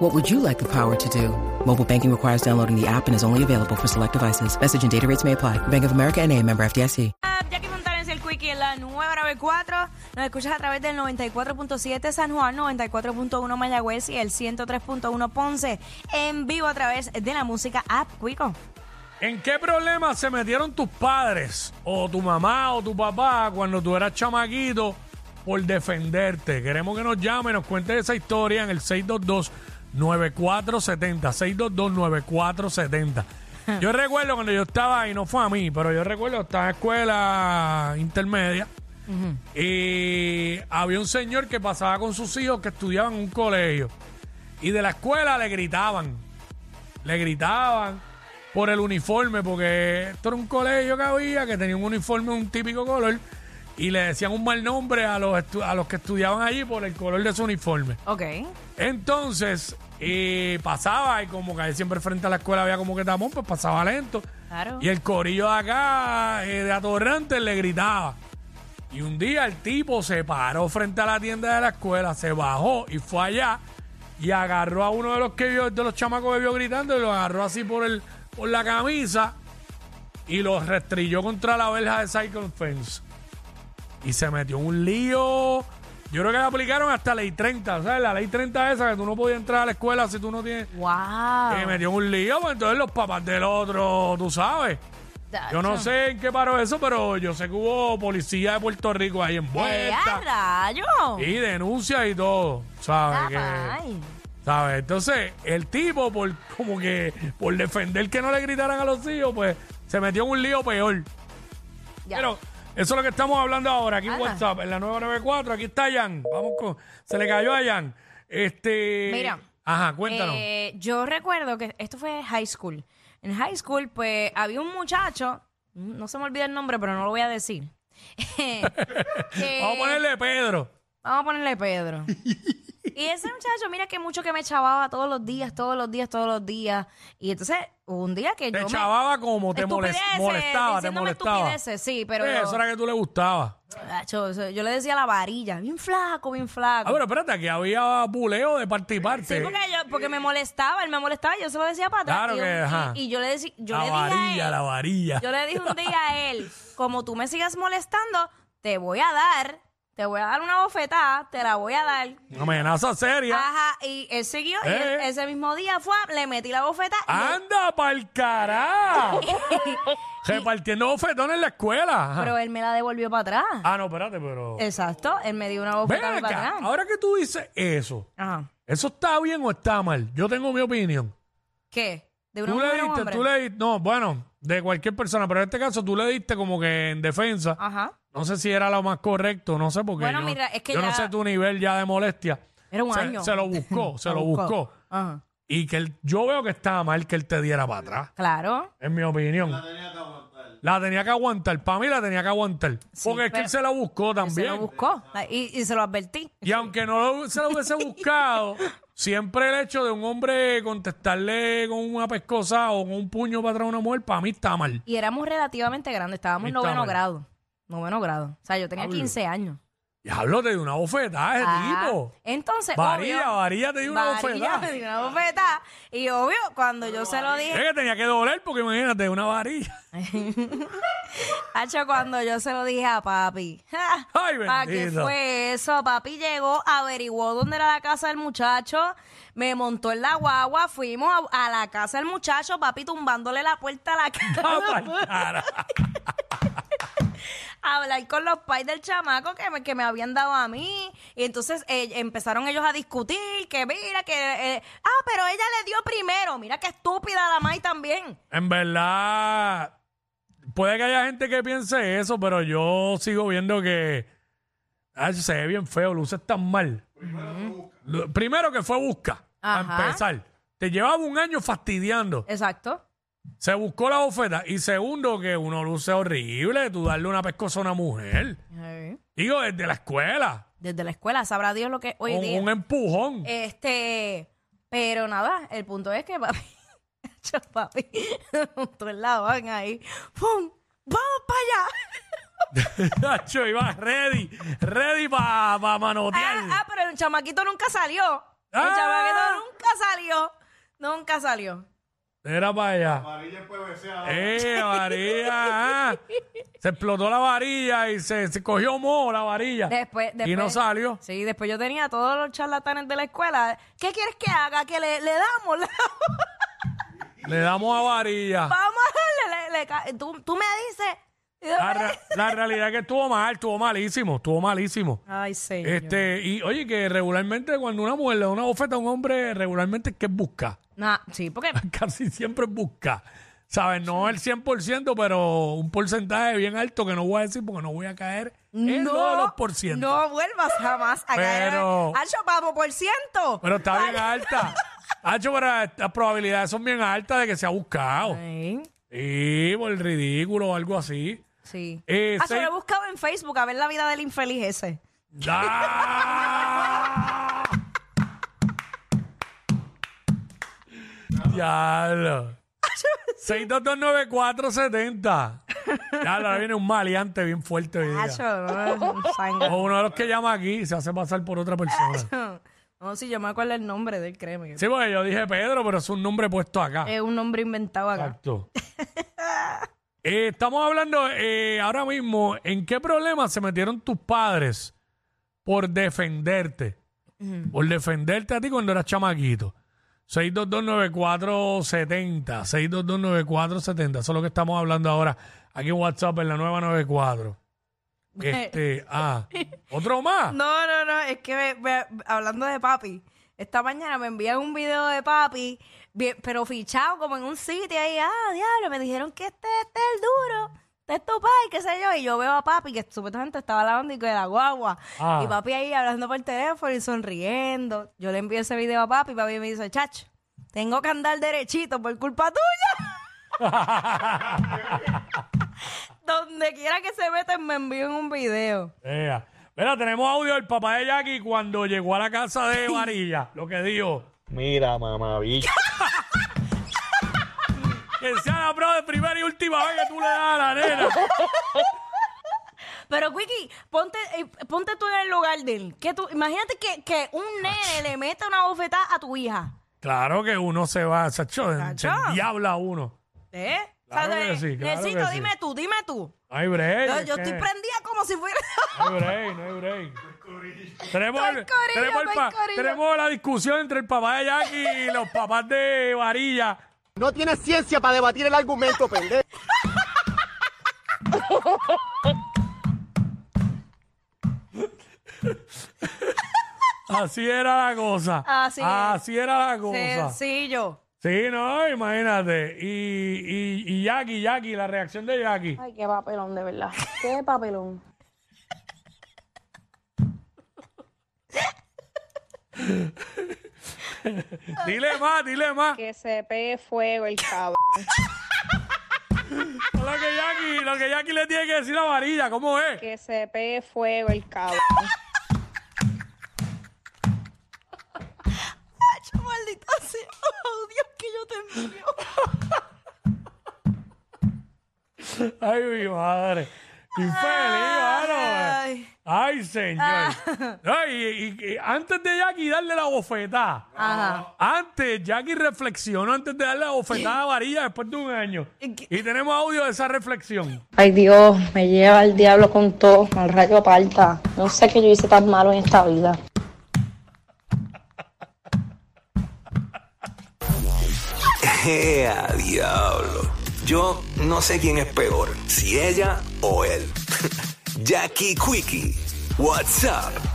What would you like the power to do? Mobile banking requires downloading the app and is only available for select devices. Message and data rates may apply. Bank of America and a member FDIC. Ah, Jackie Fontanes, el Quickie, en la 994. Nos escuchas a través del 94.7 San Juan, 94.1 Mayagüez y el 103.1 Ponce. En vivo a través de la música App Quico. ¿En qué problema se metieron tus padres o tu mamá o tu papá cuando tú eras chamaquito por defenderte? Queremos que nos llame, nos cuente esa historia en el 622-9470. 622-9470. Yo recuerdo cuando yo estaba, y no fue a mí, pero yo recuerdo, estaba en escuela intermedia y había un señor que pasaba con sus hijos que estudiaban en un colegio y de la escuela le gritaban le gritaban por el uniforme, porque esto era un colegio que había, que tenía un uniforme, un típico color, y le decían un mal nombre a los, estu- a los que estudiaban allí por el color de su uniforme. Ok. Entonces, eh, pasaba, y como que siempre frente a la escuela había como que tamón, pues pasaba lento. Claro. Y el corillo de acá, eh, de Atorrante, le gritaba. Y un día el tipo se paró frente a la tienda de la escuela, se bajó y fue allá y agarró a uno de los que vio, de los chamacos que vio gritando, y lo agarró así por el, por la camisa y lo restrilló contra la verja de Cycle Fence. Y se metió en un lío. Yo creo que le aplicaron hasta ley 30, ¿sabes? La ley 30 esa que tú no podías entrar a la escuela si tú no tienes. Wow. Y metió en un lío, pues entonces los papás del otro, tú sabes. Yo no sé en qué paró eso, pero yo sé que hubo policía de Puerto Rico ahí ¡Eh, a envuelta. rayo! Y denuncias y todo, Ah, ¿sabes? Que- ay. ¿sabes? Entonces, el tipo, por como que por defender que no le gritaran a los hijos, pues se metió en un lío peor. Ya. Pero eso es lo que estamos hablando ahora, aquí en Ajá. WhatsApp, en la 994. Aquí está Jan. Vamos con. Se le cayó a Jan. Este. Mira. Ajá, cuéntanos. Eh, yo recuerdo que esto fue high school. En high school, pues, había un muchacho, no se me olvida el nombre, pero no lo voy a decir. Eh, Que- Vamos a ponerle Pedro. Vamos a ponerle Pedro. y ese muchacho, mira que mucho que me chavaba todos los días, todos los días, todos los días. Y entonces, un día que Te yo chavaba como, me... te molest- Estupideces, molestaba, te diciéndome molestaba. estupideces, sí, pero... Eh, Eso era que tú le gustaba. Acho, eso- yo le decía la varilla, bien flaco, bien flaco. Ah, pero espérate, aquí había buleo de parte y parte. Sí, porque, yo- porque me molestaba, él me molestaba, yo se lo decía para atrás. Claro y, yo- que, y- ajá. y yo le decía, yo la le dije a varilla, él- la varilla. Yo le dije un día a él, como tú me sigas molestando, te voy a dar, te voy a dar una bofetada, te la voy a dar. Una Amenaza seria. Ajá, y él siguió, y él- Eh. Ah, ese mismo día fue, le metí la bofeta. y él- ¡Anda pa'l carajo! Repartiendo bofetones en la escuela. Ajá. pero él me la devolvió para atrás. ah, no, espérate, pero... Exacto, él me dio una Ven bofeta para acá, atrás. ahora que tú dices eso, Ajá. ¿eso está bien o está mal? Yo tengo mi opinión. ¿Qué? ¿De una Tú mujer le a un diste, hombre? tú le diste... No, bueno, de cualquier persona, pero en este caso tú le diste como que en defensa. Ajá. No sé si era lo más correcto, no sé porque Ah. Bueno, yo, mira, es que yo no ya- sé tu nivel ya de molestia. Era un se, año. se lo buscó, se lo buscó. Ajá. Y que él- yo veo que estaba mal que él te diera para atrás, Claro. en mi opinión. La tenía que aguantar. Para mí la tenía que aguantar. porque es que pero- él se la buscó Se también. lo buscó. Y, y se lo advertí. Y aunque no lo- se la hubiese buscado, siempre el hecho de un hombre contestarle con una pescosa o con un puño para atrás a una mujer, para mí está mal. Y éramos relativamente grandes. Estábamos en Está noveno mal. grado. Noveno grado. O sea, yo tenía Pablo. 15 años. Y háblate de una bofetada, ese Ah, tipo. Entonces, Varilla, obvio, varilla te dio una varilla bofetada. me dio una bofetada. Y obvio, cuando yo se lo dije, Es que tenía que doler porque imagínate, una varilla. Hacho, cuando yo se lo dije a papi. ja, Ay, ¿pa' qué bendito. fue eso? Papi llegó, averiguó dónde era la casa del muchacho, me montó en la guagua, fuimos a, a la casa del muchacho, papi tumbándole la puerta a la Ah, casa. pa'l cara. a hablar con los pais del chamaco que me, que me habían dado a mí. Y entonces eh, empezaron ellos a discutir, que mira, que... eh, ah, pero ella le dio primero. Mira qué estúpida la May también. En verdad, puede que haya gente que piense eso, pero yo sigo viendo que ay, se ve bien feo, luces tan mal. Lo- Primero que fue busca, a Ajá. empezar. Te llevaba un año fastidiando. Exacto. Se buscó la bofeta. Y segundo, que uno luce horrible, tú darle una pescosa a una mujer. Digo, desde la escuela. Desde la escuela, sabrá Dios lo que hoy Un, día. Eh. un empujón. Este, pero nada, el punto es que papi, yo, papi, todos lados van ahí, ¡pum! ¡Vamos para allá! Nacho, iba ready. Ready para manotear. ah, ah, pero el chamaquito nunca salió. El Ah. chamaquito nunca salió. Nunca salió. Era para allá. Varilla Eh, varilla. ah. Se explotó la varilla y se, se cogió moho la varilla. Después, después. Y no salió. Sí, después yo tenía a todos los charlatanes de la escuela. ¿Qué quieres que haga? Que le, le damos, le damos. Le damos a varilla. Vamos a darle. le- le ca- tú, tú me dices. Y de- La, re- la realidad es que estuvo mal, estuvo malísimo, estuvo malísimo. Ay, señor. Este, y oye, que regularmente cuando una mujer le da una bofeta a un hombre, regularmente es que es busca. Nah, sí, porque Casi siempre es busca. ¿Sabes? No el 100%, pero un porcentaje bien alto que no voy a decir porque no voy a caer en no, lo de los por ciento. no vuelvas jamás a caer. Pero- Hacho, vamos, por ciento. Pero está bien alta. Hacho, pero las probabilidades son bien altas de que sea buscado. Ay, Sí, por el ridículo o algo así. sí. Eh, Hacho, seis- lo he buscado en Facebook a ver la vida del infeliz ese. ¡Ah! Diablo. 6229470. Ya ahora viene un maleante bien fuerte hoy día. Hacho, no, no, sangre. O uno de los que llama aquí se hace pasar por otra persona. No, si yo me acuerdo el nombre del créeme. Sí, porque yo dije Pedro, pero es un nombre puesto acá. Es un nombre inventado acá. Exacto. Eh, estamos hablando eh, ahora mismo en qué problema se metieron tus padres por defenderte. Por defenderte a ti cuando eras chamaquito. 6229470. 6229470. Eso es lo que estamos hablando ahora aquí en WhatsApp en la nueva 94. Este, ah, otro más. No, no, no, es que me- me- hablando de papi, esta mañana me envían un video de papi, bien- pero fichado como en un sitio ahí, ah, diablo, me dijeron que este, este es el duro, este es tu papi, qué sé yo, y yo veo a papi que supuestamente estaba hablando y que era guagua, Ah. y papi ahí hablando por teléfono y sonriendo, yo le envío ese video a papi y papi me dice, chacho, tengo que andar derechito por culpa tuya. Donde quiera que se metan me envíen un video. Ea. Mira, tenemos audio del papá de Jackie cuando llegó a la casa de Varilla. lo que dijo. Mira, mamabicho. Que sea la prueba de primera y última vez que tú le das a la nena. Pero, Quiki, ponte, eh, ponte tú en el lugar de él. Que tú, imagínate que, que un nene le meta una bofetada a tu hija. Claro que uno se va, Sacho, se Sacho. diabla uno. ¿Eh? Claro de- que sí, claro Necesito, que sí. Eh. dime tú, dime tú. Ay, break. Yo, es yo que estoy prendida como si fuera. No hay break, no hay break. Tenemos, el- Estoy corillo, tenemos, el estoy pa- corillo. tenemos la discusión entre el papá de Jackie y los papás de Varilla. No tienes ciencia para debatir el argumento, pendejo. Así era la cosa. Así es. era la cosa. Sí, Sencillo. no, imagínate. Y, y, y Jackie, Jackie, la reacción de Jackie. Ay, qué papelón, de verdad. Qué papelón. Dile más, dile más. Que se pegue fuego el cabrón. Lo que Jackie, lo que Jackie le tiene que decir a Varilla, ¿cómo es? Que se pegue fuego el cabrón. Ay, maldita sea. Oh, Dios, que yo te envío. Ay, mi madre. Infeliz, mano. Ay. Ah. Ay, señor. Ay, y- y- y antes de Jackie darle la bofetada. Ajá. Antes, Jackie reflexionó antes de darle la bofetada a varilla después de un año. ¿Y qué? Y tenemos audio de esa reflexión. Ay, Dios, me lleva el diablo con todo. Al rayo aparta. No sé qué yo hice tan malo en esta vida. ¡Ea, diablo! Yo no sé quién es peor, si ella o él. Jackie Quickie, WhatsApp